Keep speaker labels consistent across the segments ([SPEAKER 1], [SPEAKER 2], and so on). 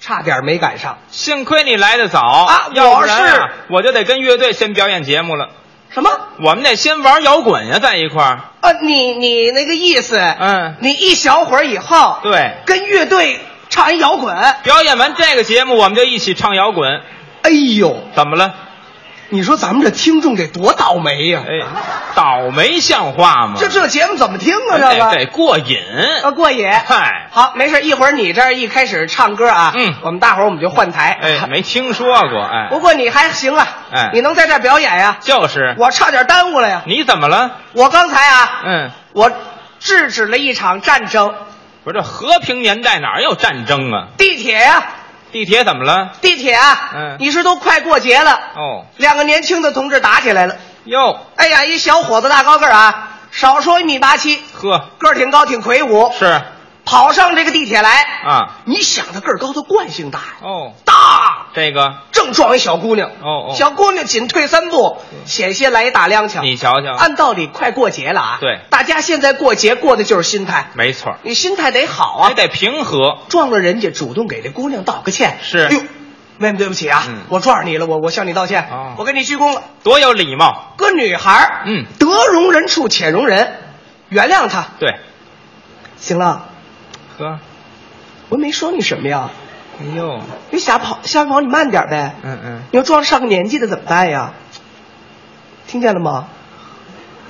[SPEAKER 1] 差点没赶上。
[SPEAKER 2] 幸亏你来的早
[SPEAKER 1] 啊
[SPEAKER 2] 要不然啊
[SPEAKER 1] 我是
[SPEAKER 2] 我就得跟乐队先表演节目了。
[SPEAKER 1] 什么？
[SPEAKER 2] 我们得先玩摇滚呀，在一块儿。
[SPEAKER 1] 啊，你你那个意思？
[SPEAKER 2] 嗯
[SPEAKER 1] 你一小会儿以后，
[SPEAKER 2] 对
[SPEAKER 1] 跟乐队唱一摇滚。
[SPEAKER 2] 表演完这个节目，我们就一起唱摇滚。
[SPEAKER 1] 哎呦，
[SPEAKER 2] 怎么了？
[SPEAKER 1] 你说咱们这听众得多倒霉呀、
[SPEAKER 2] 哎，倒霉像话吗？
[SPEAKER 1] 这这节目怎么听啊？
[SPEAKER 2] 得
[SPEAKER 1] 这个
[SPEAKER 2] 得过瘾。
[SPEAKER 1] 啊，过瘾。
[SPEAKER 2] 嗨
[SPEAKER 1] 好，没事，一会儿你这儿一开始唱歌啊，
[SPEAKER 2] 嗯
[SPEAKER 1] 我们大伙儿我们就换台。
[SPEAKER 2] 哎，没听说过。哎，
[SPEAKER 1] 不过你还行啊，
[SPEAKER 2] 哎
[SPEAKER 1] 你能在这儿表演呀、
[SPEAKER 2] 就是
[SPEAKER 1] 我差点耽误了呀。
[SPEAKER 2] 你怎么了？
[SPEAKER 1] 我刚才啊，
[SPEAKER 2] 嗯，
[SPEAKER 1] 我制止了一场战争，
[SPEAKER 2] 不是这和平年代哪有战争啊？
[SPEAKER 1] 地铁呀、
[SPEAKER 2] 地铁怎么了？
[SPEAKER 1] 地铁啊，
[SPEAKER 2] 嗯
[SPEAKER 1] 你是都快过节了，
[SPEAKER 2] 哦，
[SPEAKER 1] 两个年轻的同志打起来了。
[SPEAKER 2] 哟
[SPEAKER 1] 哎呀，一小伙子大高个儿啊，少说一米八七，
[SPEAKER 2] 呵，
[SPEAKER 1] 个儿挺高，挺魁梧，
[SPEAKER 2] 是
[SPEAKER 1] 跑上这个地铁来。
[SPEAKER 2] 啊，
[SPEAKER 1] 你想他个儿高，他惯性大呀，
[SPEAKER 2] 哦，
[SPEAKER 1] 大
[SPEAKER 2] 这个
[SPEAKER 1] 正撞一小姑娘。
[SPEAKER 2] 哦哦
[SPEAKER 1] 小姑娘紧退三步，险些来一大踉跄。
[SPEAKER 2] 你瞧瞧，
[SPEAKER 1] 按道理快过节了啊，
[SPEAKER 2] 对
[SPEAKER 1] 大家现在过节过的就是心态，
[SPEAKER 2] 没错儿，
[SPEAKER 1] 你心态得好啊
[SPEAKER 2] 还。得平和。
[SPEAKER 1] 撞了人家，主动给这姑娘道个歉。
[SPEAKER 2] 是
[SPEAKER 1] 哎呦，妹妹对不起啊，
[SPEAKER 2] 嗯
[SPEAKER 1] 我撞着你了，我我向你道歉，
[SPEAKER 2] 哦
[SPEAKER 1] 我跟你鞠躬了。
[SPEAKER 2] 多有礼貌。
[SPEAKER 1] 搁女孩儿
[SPEAKER 2] 嗯
[SPEAKER 1] 得容人处且容人，原谅她。
[SPEAKER 2] 对，
[SPEAKER 1] 行了，
[SPEAKER 2] 呵，
[SPEAKER 1] 我没说你什么呀，
[SPEAKER 2] 哎呦，
[SPEAKER 1] 你瞎跑瞎跑，你慢点呗。
[SPEAKER 2] 嗯嗯，
[SPEAKER 1] 你要撞上个年纪的怎么办呀？听见了吗？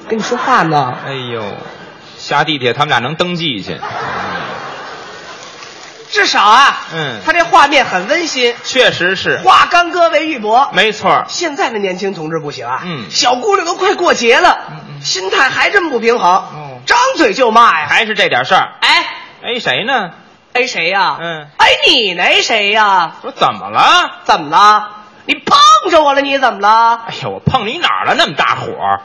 [SPEAKER 1] 跟你说话呢。
[SPEAKER 2] 哎呦，下地铁他们俩能登记去，
[SPEAKER 1] 至少啊，
[SPEAKER 2] 嗯
[SPEAKER 1] 他这画面很温馨，
[SPEAKER 2] 确实是，
[SPEAKER 1] 化干戈为玉帛。
[SPEAKER 2] 没错儿。
[SPEAKER 1] 现在的年轻同志不行啊，
[SPEAKER 2] 嗯
[SPEAKER 1] 小姑娘都快过节了，
[SPEAKER 2] 嗯嗯
[SPEAKER 1] 心态还真不平衡，
[SPEAKER 2] 哦
[SPEAKER 1] 张嘴就骂呀，
[SPEAKER 2] 还是这点事儿。
[SPEAKER 1] 哎
[SPEAKER 2] 哎，谁呢？
[SPEAKER 1] 哎谁呀、
[SPEAKER 2] 嗯
[SPEAKER 1] 哎你那谁呀、
[SPEAKER 2] 说怎么了？
[SPEAKER 1] 怎么了？你碰着我了？你怎么了？
[SPEAKER 2] 哎呀，我碰你哪儿了？那么大火儿！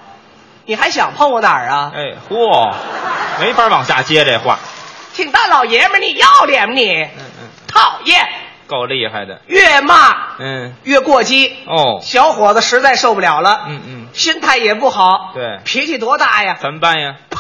[SPEAKER 1] 你还想碰我哪儿啊？
[SPEAKER 2] 哎，嚯，没法往下接这话。
[SPEAKER 1] 挺大老爷们儿，你要脸吗你？
[SPEAKER 2] 嗯嗯，
[SPEAKER 1] 讨厌，
[SPEAKER 2] 够厉害的。
[SPEAKER 1] 越骂
[SPEAKER 2] 嗯，
[SPEAKER 1] 越过激，
[SPEAKER 2] 哦，
[SPEAKER 1] 小伙子实在受不了了，
[SPEAKER 2] 嗯嗯，
[SPEAKER 1] 心态也不好，
[SPEAKER 2] 对
[SPEAKER 1] 脾气多大呀？
[SPEAKER 2] 怎么办呀？
[SPEAKER 1] 啪，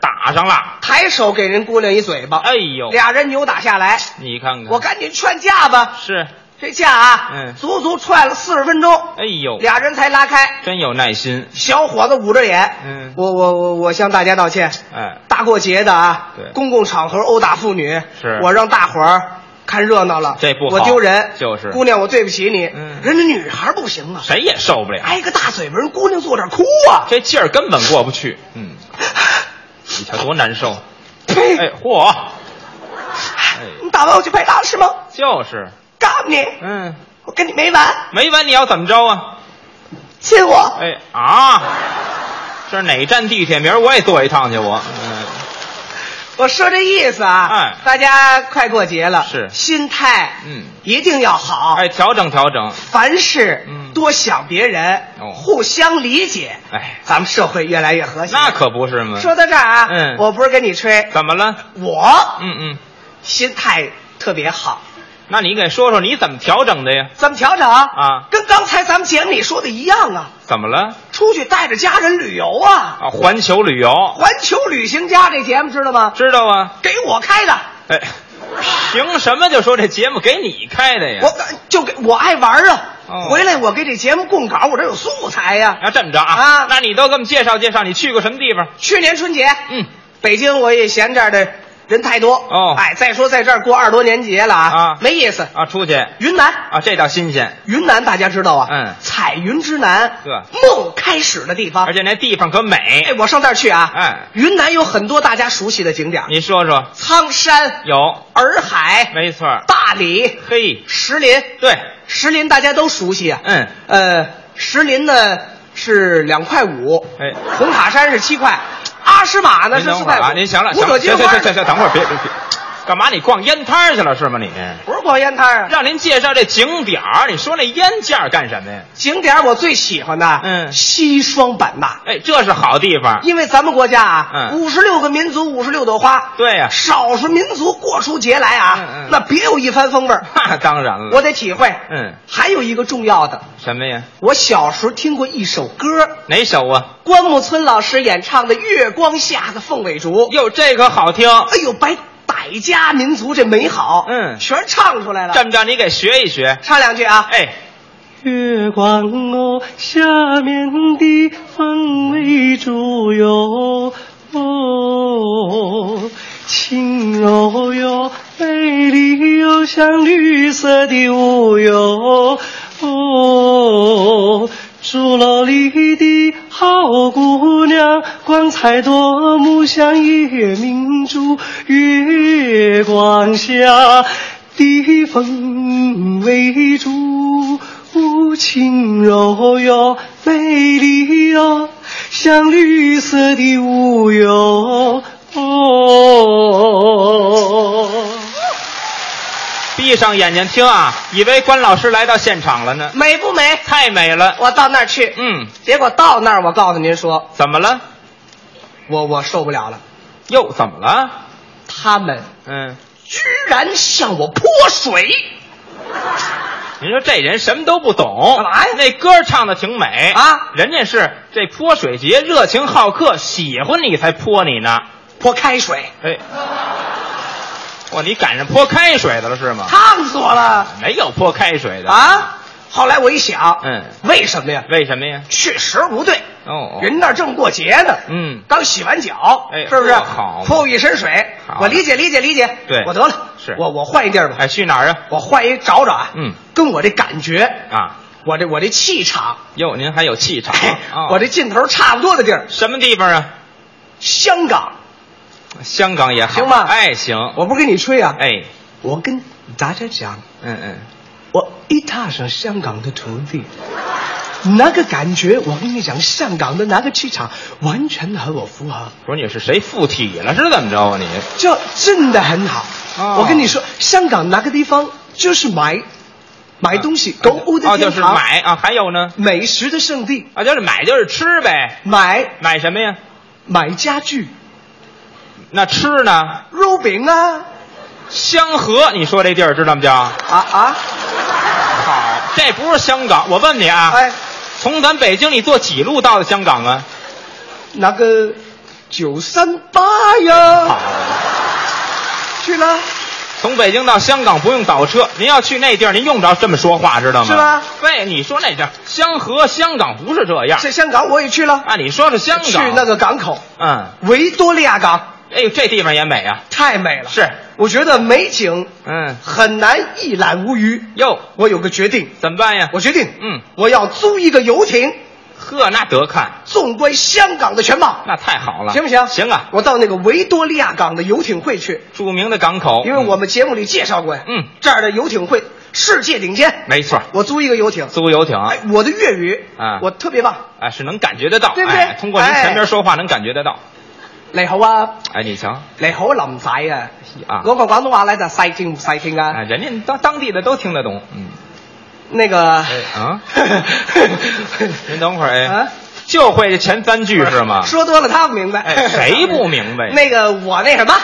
[SPEAKER 2] 打上了。
[SPEAKER 1] 抬手给人姑娘一嘴巴，
[SPEAKER 2] 哎呦，
[SPEAKER 1] 俩人扭打下来，
[SPEAKER 2] 你看看，
[SPEAKER 1] 我赶紧劝架吧。
[SPEAKER 2] 是，
[SPEAKER 1] 这架啊，
[SPEAKER 2] 嗯
[SPEAKER 1] 足足踹了四十分钟，
[SPEAKER 2] 哎呦，
[SPEAKER 1] 俩人才拉开。
[SPEAKER 2] 真有耐心。
[SPEAKER 1] 小伙子捂着眼，
[SPEAKER 2] 嗯
[SPEAKER 1] 我我我我向大家道歉。
[SPEAKER 2] 哎，
[SPEAKER 1] 大过节的啊
[SPEAKER 2] 对，
[SPEAKER 1] 公共场合殴打妇女，
[SPEAKER 2] 是
[SPEAKER 1] 我让大伙儿看热闹了，
[SPEAKER 2] 这不好
[SPEAKER 1] 我丢人。
[SPEAKER 2] 就是
[SPEAKER 1] 姑娘，我对不起你。
[SPEAKER 2] 嗯
[SPEAKER 1] 人家女孩不行啊，
[SPEAKER 2] 谁也受不了，
[SPEAKER 1] 挨个大嘴巴，人姑娘坐这儿哭啊。
[SPEAKER 2] 这劲儿根本过不去。嗯，你瞧多难受。
[SPEAKER 1] 呸！啊
[SPEAKER 2] 哎，嚯，
[SPEAKER 1] 你打完我去拍大是吗？
[SPEAKER 2] 就是，
[SPEAKER 1] 告诉你，
[SPEAKER 2] 嗯，
[SPEAKER 1] 我跟你没完，
[SPEAKER 2] 没完你要怎么着啊？
[SPEAKER 1] 亲我。
[SPEAKER 2] 哎啊，这是哪站地铁？明儿我也坐一趟去，我。嗯，
[SPEAKER 1] 我说这意思啊，
[SPEAKER 2] 哎
[SPEAKER 1] 大家快过节了，
[SPEAKER 2] 是
[SPEAKER 1] 心态，
[SPEAKER 2] 嗯
[SPEAKER 1] 一定要好，
[SPEAKER 2] 哎，调整调整。
[SPEAKER 1] 凡事
[SPEAKER 2] 嗯
[SPEAKER 1] 多想别人，
[SPEAKER 2] 哦
[SPEAKER 1] 互相理解，
[SPEAKER 2] 哎，
[SPEAKER 1] 咱们社会越来越和谐。
[SPEAKER 2] 那可不是吗？
[SPEAKER 1] 说到这儿啊，
[SPEAKER 2] 嗯
[SPEAKER 1] 我不是跟你吹，
[SPEAKER 2] 怎么了？
[SPEAKER 1] 我
[SPEAKER 2] 嗯嗯，
[SPEAKER 1] 心态特别好，
[SPEAKER 2] 那你给说说你怎么调整的呀？
[SPEAKER 1] 怎么调整
[SPEAKER 2] 啊
[SPEAKER 1] 跟刚才咱们节目里说的一样啊，
[SPEAKER 2] 怎么了？
[SPEAKER 1] 出去带着家人旅游啊，
[SPEAKER 2] 啊，环球旅游，
[SPEAKER 1] 环球旅行家这节目知道吗？
[SPEAKER 2] 知道啊？
[SPEAKER 1] 给我开的，
[SPEAKER 2] 哎，凭什么就说这节目给你开的呀？
[SPEAKER 1] 我就给我爱玩啊，
[SPEAKER 2] 哦
[SPEAKER 1] 回来我给这节目供稿，我这有素材呀、
[SPEAKER 2] 要这么着啊？
[SPEAKER 1] 啊
[SPEAKER 2] 那你都给我们介绍介绍，你去过什么地方？
[SPEAKER 1] 去年春节，
[SPEAKER 2] 嗯，
[SPEAKER 1] 北京我也嫌这儿的人太多
[SPEAKER 2] 哦
[SPEAKER 1] 哎，再说在这儿过二十多年节了啊，
[SPEAKER 2] 啊
[SPEAKER 1] 没意思。
[SPEAKER 2] 啊，出去
[SPEAKER 1] 云南，
[SPEAKER 2] 啊，这倒新鲜，
[SPEAKER 1] 云南大家知道啊，
[SPEAKER 2] 嗯
[SPEAKER 1] 彩云之南，
[SPEAKER 2] 呵
[SPEAKER 1] 梦开始的地方
[SPEAKER 2] 而。且那地方可美。
[SPEAKER 1] 哎，我上这儿去啊，
[SPEAKER 2] 哎
[SPEAKER 1] 云南有很多大家熟悉的景点，
[SPEAKER 2] 你说说，
[SPEAKER 1] 苍山、
[SPEAKER 2] 有，
[SPEAKER 1] 洱海、
[SPEAKER 2] 没错儿。
[SPEAKER 1] 大理、
[SPEAKER 2] 嘿，
[SPEAKER 1] 石林，
[SPEAKER 2] 对，
[SPEAKER 1] 石林大家都熟悉啊。
[SPEAKER 2] 嗯，
[SPEAKER 1] 呃，石林呢是两块五，
[SPEAKER 2] 哎，
[SPEAKER 1] 红塔山是七块，阿诗玛呢
[SPEAKER 2] 您
[SPEAKER 1] 是
[SPEAKER 2] 等
[SPEAKER 1] 四
[SPEAKER 2] 会
[SPEAKER 1] 块
[SPEAKER 2] 儿
[SPEAKER 1] 五。
[SPEAKER 2] 啊，您行了，
[SPEAKER 1] 五
[SPEAKER 2] 行
[SPEAKER 1] 朵
[SPEAKER 2] 了，
[SPEAKER 1] 金
[SPEAKER 2] 行
[SPEAKER 1] 花
[SPEAKER 2] 行行行，等会儿别别别，干嘛你逛烟摊儿去了是 吗你？
[SPEAKER 1] 不是逛烟摊儿啊。
[SPEAKER 2] 让您介绍这景点儿，你说那烟价干什么呀？
[SPEAKER 1] 景点儿我最喜欢的，
[SPEAKER 2] 嗯
[SPEAKER 1] 西双版纳，
[SPEAKER 2] 哎，这是好地方。
[SPEAKER 1] 因为咱们国家啊，
[SPEAKER 2] 嗯
[SPEAKER 1] 五十六个民族，五十六朵花，
[SPEAKER 2] 对呀、
[SPEAKER 1] 少数民族过出节来啊，
[SPEAKER 2] 嗯嗯
[SPEAKER 1] 那别有一番风味儿。
[SPEAKER 2] 那当然了。
[SPEAKER 1] 我得体会。
[SPEAKER 2] 嗯，
[SPEAKER 1] 还有一个重要的，
[SPEAKER 2] 什么呀？
[SPEAKER 1] 我小时候听过一首歌，
[SPEAKER 2] 哪首啊？
[SPEAKER 1] 关牧村老师演唱的《月光下的凤尾竹》，
[SPEAKER 2] 哟，这可好听。
[SPEAKER 1] 哎呦，白打百家民族这美好，
[SPEAKER 2] 嗯
[SPEAKER 1] 全唱出来了。
[SPEAKER 2] 这么着，你给学一学。
[SPEAKER 1] 唱两句啊！
[SPEAKER 2] 哎，
[SPEAKER 1] 月光哦，下面的风为主哟，哦，轻柔哟，美丽又像绿色的雾哟，哦，竹篓里的好姑娘，光彩夺目，像夜明珠，月光下。的风为主，轻柔哟，美丽哟，像绿色的雾哟。哦，
[SPEAKER 2] 闭上眼睛听啊，以为关老师来到现场了呢，
[SPEAKER 1] 美不美？
[SPEAKER 2] 太美了。
[SPEAKER 1] 我到那儿去，
[SPEAKER 2] 嗯，
[SPEAKER 1] 结果到那儿，我告诉您说，
[SPEAKER 2] 怎么了？
[SPEAKER 1] 我我受不了了，
[SPEAKER 2] 又怎么了？
[SPEAKER 1] 他们
[SPEAKER 2] 嗯，
[SPEAKER 1] 居然向我泼水，
[SPEAKER 2] 您说这人什么都不懂，
[SPEAKER 1] 干嘛呀
[SPEAKER 2] 那歌唱的挺美
[SPEAKER 1] 啊
[SPEAKER 2] 人家是这泼水节热情好客，喜欢你才泼你呢。
[SPEAKER 1] 泼开水，
[SPEAKER 2] 哎，哇，你赶上泼开水的了是吗？
[SPEAKER 1] 烫死我了
[SPEAKER 2] 没有泼开水的，
[SPEAKER 1] 啊！后来我一想，
[SPEAKER 2] 嗯，
[SPEAKER 1] 为什么呀？
[SPEAKER 2] 为什么呀？
[SPEAKER 1] 确实不对。
[SPEAKER 2] 哦，
[SPEAKER 1] 人那儿正过节呢，
[SPEAKER 2] 嗯
[SPEAKER 1] 刚洗完脚，
[SPEAKER 2] 哎
[SPEAKER 1] 是不是？
[SPEAKER 2] 呵好嘛
[SPEAKER 1] 泼一身水
[SPEAKER 2] 好，
[SPEAKER 1] 我理解理解理解。
[SPEAKER 2] 对
[SPEAKER 1] 我得了，
[SPEAKER 2] 是
[SPEAKER 1] 我我换一地儿吧，
[SPEAKER 2] 哎，去哪儿啊？
[SPEAKER 1] 我换一找找啊，
[SPEAKER 2] 嗯，
[SPEAKER 1] 跟我这感觉，
[SPEAKER 2] 啊，
[SPEAKER 1] 我这我这气场，
[SPEAKER 2] 哟，您还有 气场
[SPEAKER 1] 哎
[SPEAKER 2] 啊！
[SPEAKER 1] 我这劲头差不多的地儿，
[SPEAKER 2] 什么地方啊？
[SPEAKER 1] 香港，
[SPEAKER 2] 香港也好，
[SPEAKER 1] 行吧
[SPEAKER 2] 哎，行，
[SPEAKER 1] 我不跟你吹啊，
[SPEAKER 2] 哎，
[SPEAKER 1] 我跟大家讲，
[SPEAKER 2] 嗯嗯，
[SPEAKER 1] 我一踏上香港的土地。那个感觉，我跟你讲，香港的那个气场完全和我符合。
[SPEAKER 2] 不是你是谁附体了是怎么着啊你？
[SPEAKER 1] 这真的很好。
[SPEAKER 2] 哦
[SPEAKER 1] 我跟你说，香港哪个地方就是买买东西、购物的
[SPEAKER 2] 哦，
[SPEAKER 1] 天
[SPEAKER 2] 就是
[SPEAKER 1] 堂，
[SPEAKER 2] 买啊，还有呢，
[SPEAKER 1] 美食的圣地，
[SPEAKER 2] 啊，就是买就是吃呗，
[SPEAKER 1] 买
[SPEAKER 2] 买什么呀？
[SPEAKER 1] 买家具、
[SPEAKER 2] 那吃呢？
[SPEAKER 1] 肉饼啊
[SPEAKER 2] 香河，你说这地儿知道吗？叫
[SPEAKER 1] 啊啊！
[SPEAKER 2] 好，这不是香港。我问你啊，
[SPEAKER 1] 哎，
[SPEAKER 2] 从咱北京你坐几路到的香港啊？
[SPEAKER 1] 那个九三八
[SPEAKER 2] 好
[SPEAKER 1] 呀，，去了
[SPEAKER 2] 从北京到香港不用倒车，您要去那地儿，您用不着这么说话，知道吗？
[SPEAKER 1] 是吧？
[SPEAKER 2] 对，你说那地儿香河，香港不是这样。
[SPEAKER 1] 在香港我也去了，
[SPEAKER 2] 啊，你说是香港？
[SPEAKER 1] 去那个港口
[SPEAKER 2] 嗯，
[SPEAKER 1] 维多利亚港，
[SPEAKER 2] 哎呦，这地方也美啊。
[SPEAKER 1] 太美了。
[SPEAKER 2] 是，
[SPEAKER 1] 我觉得美景
[SPEAKER 2] 嗯，
[SPEAKER 1] 很难一览无余。
[SPEAKER 2] 哟，
[SPEAKER 1] 我有个决定，
[SPEAKER 2] 怎么办呀？
[SPEAKER 1] 我决定，
[SPEAKER 2] 嗯，
[SPEAKER 1] 我要租一个游艇。
[SPEAKER 2] 呵，那得看，
[SPEAKER 1] 纵观香港的全貌，
[SPEAKER 2] 那太好了，
[SPEAKER 1] 行不行？
[SPEAKER 2] 行啊，
[SPEAKER 1] 我到那个维多利亚港的游艇会去，
[SPEAKER 2] 著名的港口，
[SPEAKER 1] 因为我们节目里介绍过呀。
[SPEAKER 2] 哦嗯，
[SPEAKER 1] 这儿的游艇会世界顶尖。
[SPEAKER 2] 没错，
[SPEAKER 1] 我租一个游艇，
[SPEAKER 2] 租游艇
[SPEAKER 1] 哎，我的粤语
[SPEAKER 2] 啊
[SPEAKER 1] 我特别棒。
[SPEAKER 2] 啊是能感觉得到，
[SPEAKER 1] 对不对
[SPEAKER 2] 哎通过您
[SPEAKER 1] 哎
[SPEAKER 2] 前边说话能感觉得到。
[SPEAKER 1] 你好啊，
[SPEAKER 2] 哎，你瞧，
[SPEAKER 1] 你好林仔啊
[SPEAKER 2] 啊，
[SPEAKER 1] 我讲广东话来的细听细听啊。
[SPEAKER 2] 哎，人家当当地的都听得懂，嗯，
[SPEAKER 1] 那个
[SPEAKER 2] 哎 啊，您等会儿哎
[SPEAKER 1] 啊，
[SPEAKER 2] 就会这前三句是吗？
[SPEAKER 1] 说多了他不明白，
[SPEAKER 2] 哎谁不明白
[SPEAKER 1] 那个我那什么，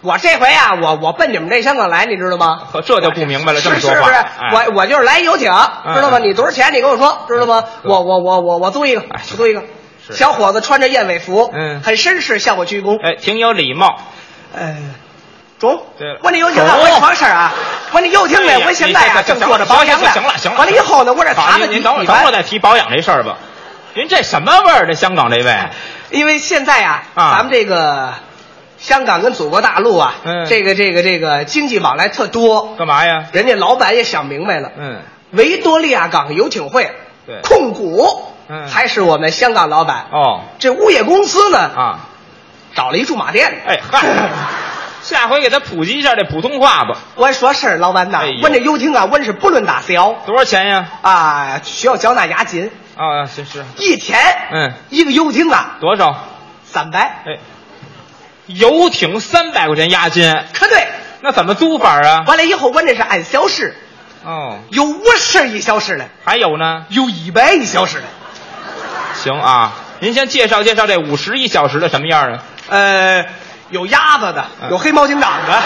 [SPEAKER 1] 我这回啊，我我奔你们这香港来，你知道吗？
[SPEAKER 2] 呵这就不明白了，这么说
[SPEAKER 1] 是是
[SPEAKER 2] 话，
[SPEAKER 1] 不是？
[SPEAKER 2] 哎
[SPEAKER 1] 我我就是来游艇，知道吗？
[SPEAKER 2] 嗯
[SPEAKER 1] 你多少钱？你跟我说，知道吗？
[SPEAKER 2] 嗯
[SPEAKER 1] 我我我我我租一个，
[SPEAKER 2] 哎
[SPEAKER 1] 我租一个。
[SPEAKER 2] 是
[SPEAKER 1] 小伙子穿着燕尾服，
[SPEAKER 2] 嗯
[SPEAKER 1] 很绅士，向我鞠躬。
[SPEAKER 2] 哎挺有礼貌，
[SPEAKER 1] 呃，中
[SPEAKER 2] 对了，
[SPEAKER 1] 我那游艇啊，
[SPEAKER 2] 中
[SPEAKER 1] 我有房事儿啊，我那游艇
[SPEAKER 2] 哎
[SPEAKER 1] 呢
[SPEAKER 2] 呀，
[SPEAKER 1] 我现在啊
[SPEAKER 2] 你这
[SPEAKER 1] 正做着保养呢。
[SPEAKER 2] 行了行了，
[SPEAKER 1] 完了以后呢，我这
[SPEAKER 2] 好
[SPEAKER 1] 查查
[SPEAKER 2] 您您等会儿，
[SPEAKER 1] 你
[SPEAKER 2] 等
[SPEAKER 1] 们
[SPEAKER 2] 会儿再提保养这事儿吧。您这什么味儿？这香港这位，
[SPEAKER 1] 因为现在啊，
[SPEAKER 2] 啊
[SPEAKER 1] 咱们这个香港跟祖国大陆啊，
[SPEAKER 2] 嗯
[SPEAKER 1] 这个这个这个经济往来特多，
[SPEAKER 2] 干嘛呀？
[SPEAKER 1] 人家老板也想明白了，
[SPEAKER 2] 嗯，
[SPEAKER 1] 维多利亚港游艇会
[SPEAKER 2] 对
[SPEAKER 1] 控股，
[SPEAKER 2] 嗯
[SPEAKER 1] 还是我们香港老板。
[SPEAKER 2] 哦
[SPEAKER 1] 这物业公司呢，
[SPEAKER 2] 啊，
[SPEAKER 1] 找了一驻马店。
[SPEAKER 2] 哎嗨，下回给他普及一下这普通话吧。
[SPEAKER 1] 我说事儿，老板呐
[SPEAKER 2] 哎呦，
[SPEAKER 1] 我这游艇啊，我是不论打小
[SPEAKER 2] 多少钱呀？
[SPEAKER 1] 啊，需要缴纳押金，
[SPEAKER 2] 啊，是是，
[SPEAKER 1] 一天，
[SPEAKER 2] 嗯，
[SPEAKER 1] 一个游艇啊，
[SPEAKER 2] 多少？
[SPEAKER 1] 三百。
[SPEAKER 2] 哎，游艇三百块钱押金，
[SPEAKER 1] 可对，
[SPEAKER 2] 那怎么租法啊？
[SPEAKER 1] 完了以后我那是按小时，
[SPEAKER 2] 哦，
[SPEAKER 1] 有五十一小时的，
[SPEAKER 2] 还有呢？
[SPEAKER 1] 有一百一小时的。
[SPEAKER 2] 行啊，您先介绍介绍这五十一小时的什么样啊？
[SPEAKER 1] 呃，有鸭子的，
[SPEAKER 2] 嗯
[SPEAKER 1] 有黑毛巾掌的，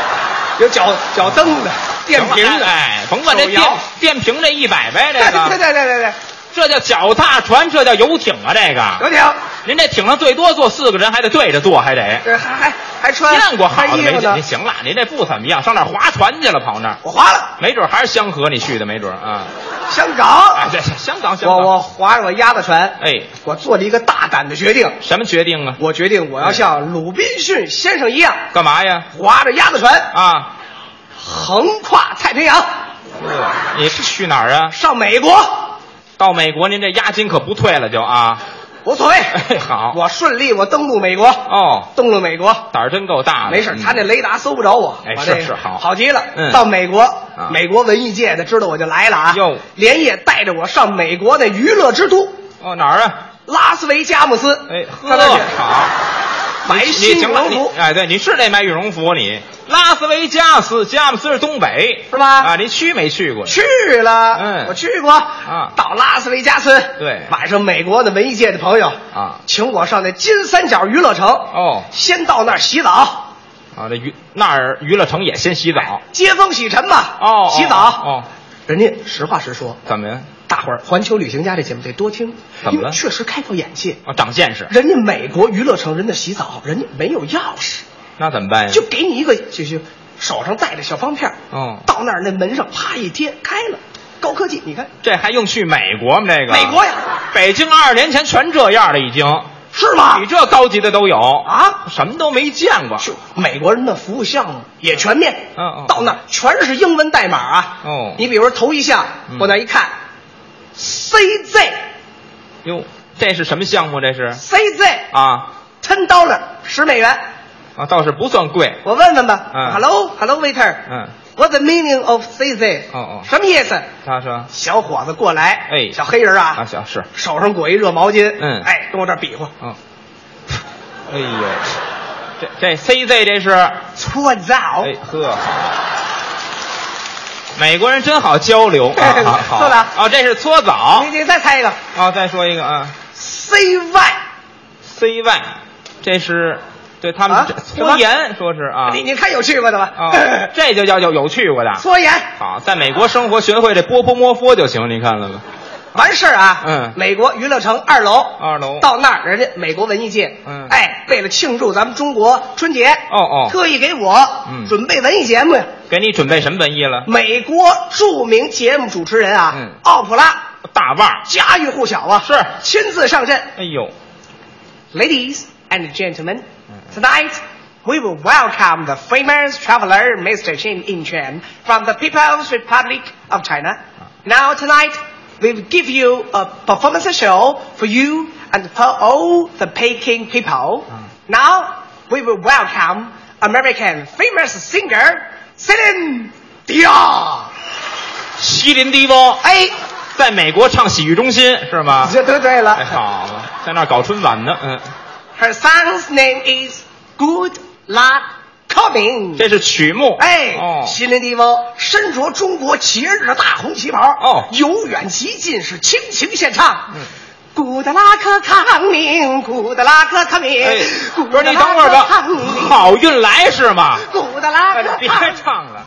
[SPEAKER 1] 有脚脚蹬的，电瓶
[SPEAKER 2] 行了
[SPEAKER 1] 的，
[SPEAKER 2] 哎，甭管这
[SPEAKER 1] 手
[SPEAKER 2] 电
[SPEAKER 1] 摇
[SPEAKER 2] 电瓶这一百呗，这
[SPEAKER 1] 对
[SPEAKER 2] 个
[SPEAKER 1] 对对对对对，
[SPEAKER 2] 这叫脚踏船，这
[SPEAKER 1] 哎
[SPEAKER 2] 叫游艇啊，这个。
[SPEAKER 1] 有艇，
[SPEAKER 2] 您这艇上最多坐四个人，还得对着坐，还得
[SPEAKER 1] 这还还
[SPEAKER 2] 还
[SPEAKER 1] 穿
[SPEAKER 2] 见过好
[SPEAKER 1] 还
[SPEAKER 2] 的
[SPEAKER 1] 衣
[SPEAKER 2] 没
[SPEAKER 1] 服
[SPEAKER 2] 见？
[SPEAKER 1] 哎呢
[SPEAKER 2] 您行了，您这不怎么样，上那儿划船去了，跑那儿，
[SPEAKER 1] 我划了
[SPEAKER 2] 没准还是香河你去的，没准啊。
[SPEAKER 1] 香
[SPEAKER 2] 哎，
[SPEAKER 1] 港，
[SPEAKER 2] 对，香港，香
[SPEAKER 1] 我
[SPEAKER 2] 港。
[SPEAKER 1] 我划着我鸭子船，
[SPEAKER 2] 哎，
[SPEAKER 1] 我做了一个大胆的决定，
[SPEAKER 2] 什么决定啊？
[SPEAKER 1] 我决定我要像鲁滨逊先生一样，
[SPEAKER 2] 干嘛呀？
[SPEAKER 1] 划着鸭子船
[SPEAKER 2] 啊，
[SPEAKER 1] 横跨太平洋，
[SPEAKER 2] 你是去哪儿啊？
[SPEAKER 1] 上美国，
[SPEAKER 2] 到美国您这押金可不退了就啊。
[SPEAKER 1] 无所谓。
[SPEAKER 2] 哎，好。
[SPEAKER 1] 我顺利，我登陆美国，
[SPEAKER 2] 哦，
[SPEAKER 1] 登陆美国，
[SPEAKER 2] 胆儿真够大的。
[SPEAKER 1] 没事，
[SPEAKER 2] 嗯
[SPEAKER 1] 他那雷达搜不着我。
[SPEAKER 2] 哎
[SPEAKER 1] 我这
[SPEAKER 2] 是是好
[SPEAKER 1] 好极了。
[SPEAKER 2] 嗯
[SPEAKER 1] 到美国，美国文艺界的知道我就来了啊，
[SPEAKER 2] 哟
[SPEAKER 1] 连夜带着我上美国的娱乐之都
[SPEAKER 2] 哦哪儿啊？
[SPEAKER 1] 拉斯维加姆斯，
[SPEAKER 2] 哎，
[SPEAKER 1] 上那儿去
[SPEAKER 2] 好。
[SPEAKER 1] 买
[SPEAKER 2] 你
[SPEAKER 1] 新羽
[SPEAKER 2] 行了，
[SPEAKER 1] 绒
[SPEAKER 2] 你
[SPEAKER 1] 服
[SPEAKER 2] 哎，对，你是得买羽绒服，啊你拉斯维加斯，加姆斯是东北
[SPEAKER 1] 是吧
[SPEAKER 2] 啊，您去没去过？
[SPEAKER 1] 去了，
[SPEAKER 2] 嗯
[SPEAKER 1] 我去过啊到拉斯维加斯，
[SPEAKER 2] 对
[SPEAKER 1] 晚上美国的文艺界的朋友
[SPEAKER 2] 啊
[SPEAKER 1] 请我上那金三角娱乐城，
[SPEAKER 2] 哦，
[SPEAKER 1] 先到那儿洗澡，
[SPEAKER 2] 啊，这娱那儿娱乐城也先洗澡
[SPEAKER 1] 接风洗尘吧，
[SPEAKER 2] 哦，
[SPEAKER 1] 洗澡。
[SPEAKER 2] 哦，哦
[SPEAKER 1] 人家实话实说，
[SPEAKER 2] 怎么呀？
[SPEAKER 1] 大伙儿环球旅行家这节目得多听，
[SPEAKER 2] 怎么
[SPEAKER 1] 因为
[SPEAKER 2] 了
[SPEAKER 1] 确实开阔眼界。
[SPEAKER 2] 啊，长见识，
[SPEAKER 1] 人家美国娱乐城，人家洗澡，人家没有钥匙，
[SPEAKER 2] 那怎么办呀？
[SPEAKER 1] 就给你一个，就是手上带着小方片儿，
[SPEAKER 2] 哦
[SPEAKER 1] 到那儿那门上啪一贴开了，高科技，你看
[SPEAKER 2] 这还用去美国吗？这个啊
[SPEAKER 1] 美国呀，
[SPEAKER 2] 北京二十年前全这样了，已经
[SPEAKER 1] 是吗
[SPEAKER 2] 比？这高级的都有啊，
[SPEAKER 1] 啊，
[SPEAKER 2] 什么都没见过。
[SPEAKER 1] 就美国人的服务项目也全面，
[SPEAKER 2] 嗯嗯嗯
[SPEAKER 1] 到那儿全是英文代码啊。
[SPEAKER 2] 哦
[SPEAKER 1] 你比如说头一项
[SPEAKER 2] 嗯，
[SPEAKER 1] 往那一看，CZ
[SPEAKER 2] 哟，这是什么项目？这是
[SPEAKER 1] CZ
[SPEAKER 2] 啊
[SPEAKER 1] ten dollar 十美元，
[SPEAKER 2] 啊，倒是不算贵。
[SPEAKER 1] 我问问吧。
[SPEAKER 2] 嗯
[SPEAKER 1] Hello Hello waiter，
[SPEAKER 2] 嗯，
[SPEAKER 1] ，What the meaning of CZ？
[SPEAKER 2] 哦哦
[SPEAKER 1] 什么意思？
[SPEAKER 2] 他说
[SPEAKER 1] 小伙子过来，
[SPEAKER 2] 哎
[SPEAKER 1] 小黑人
[SPEAKER 2] 啊，
[SPEAKER 1] 啊，
[SPEAKER 2] 小是，
[SPEAKER 1] 手上裹一热毛巾，
[SPEAKER 2] 嗯
[SPEAKER 1] 哎，跟我这儿比划，
[SPEAKER 2] 嗯，哎呦，这这 CZ 这是，哎
[SPEAKER 1] 搓澡，
[SPEAKER 2] 呵。美国人真好交流，啊、 好好
[SPEAKER 1] 搓澡
[SPEAKER 2] 啊，这是搓澡
[SPEAKER 1] 你你再猜一个
[SPEAKER 2] 啊，再说一个啊
[SPEAKER 1] ，CY，
[SPEAKER 2] ，CY，这是对他们
[SPEAKER 1] 啊
[SPEAKER 2] 这
[SPEAKER 1] 什么
[SPEAKER 2] 搓盐，说是啊，
[SPEAKER 1] 你你看有去过的吧？
[SPEAKER 2] 啊，这就叫有有去过的。
[SPEAKER 1] 搓盐
[SPEAKER 2] 好，在美国生活学会这波波摸佛就行，你看了吗？
[SPEAKER 1] 完事儿啊，
[SPEAKER 2] 嗯
[SPEAKER 1] 美国娱乐城二楼，
[SPEAKER 2] 二楼
[SPEAKER 1] 到那儿人家美国文艺界，
[SPEAKER 2] 嗯
[SPEAKER 1] 哎，为了庆祝咱们中国春节，哦
[SPEAKER 2] 哦
[SPEAKER 1] 特意给我
[SPEAKER 2] 嗯
[SPEAKER 1] 准备文艺节目呀。
[SPEAKER 2] 给你准备什么文艺了？
[SPEAKER 1] 美国著名节目主持人啊，
[SPEAKER 2] 嗯
[SPEAKER 1] 奥普拉
[SPEAKER 2] 大腕儿。
[SPEAKER 1] 家喻户晓啊，
[SPEAKER 2] 是
[SPEAKER 1] 亲自上阵。
[SPEAKER 2] 哎呦，
[SPEAKER 1] Ladies and gentlemen,
[SPEAKER 2] 嗯
[SPEAKER 1] tonight we will welcome the famous traveler Mr. Jin Inchen from the People's Republic of China.
[SPEAKER 2] Ah.
[SPEAKER 1] Now tonight we will give you a performance show for you and for all the Peking people.
[SPEAKER 2] Mm.
[SPEAKER 1] Now we will welcome American famous singer Celine Dion.
[SPEAKER 2] 西林迪翁
[SPEAKER 1] 哎，
[SPEAKER 2] 在美国唱洗浴中心是 吗？
[SPEAKER 1] 这都对了。
[SPEAKER 2] 哎，好嘛，在那儿搞春晚呢。嗯，
[SPEAKER 1] Her son's name is Good Luck Coming.
[SPEAKER 2] 这是曲目。
[SPEAKER 1] 哎，
[SPEAKER 2] 哦，
[SPEAKER 1] 西林迪翁身着中国节日的大红旗袍，
[SPEAKER 2] 哦
[SPEAKER 1] 由远及近是倾情献唱。
[SPEAKER 2] 嗯
[SPEAKER 1] 古德拉克康宁，古德拉克康宁，
[SPEAKER 2] 哎，
[SPEAKER 1] 古
[SPEAKER 2] 不
[SPEAKER 1] 德
[SPEAKER 2] 是你 等
[SPEAKER 1] 拉
[SPEAKER 2] 会儿
[SPEAKER 1] 克
[SPEAKER 2] 吧
[SPEAKER 1] 康宁，，
[SPEAKER 2] 好运来是吗？
[SPEAKER 1] 古德拉
[SPEAKER 2] 哎
[SPEAKER 1] 克
[SPEAKER 2] 别
[SPEAKER 1] 康宁。
[SPEAKER 2] 唱了。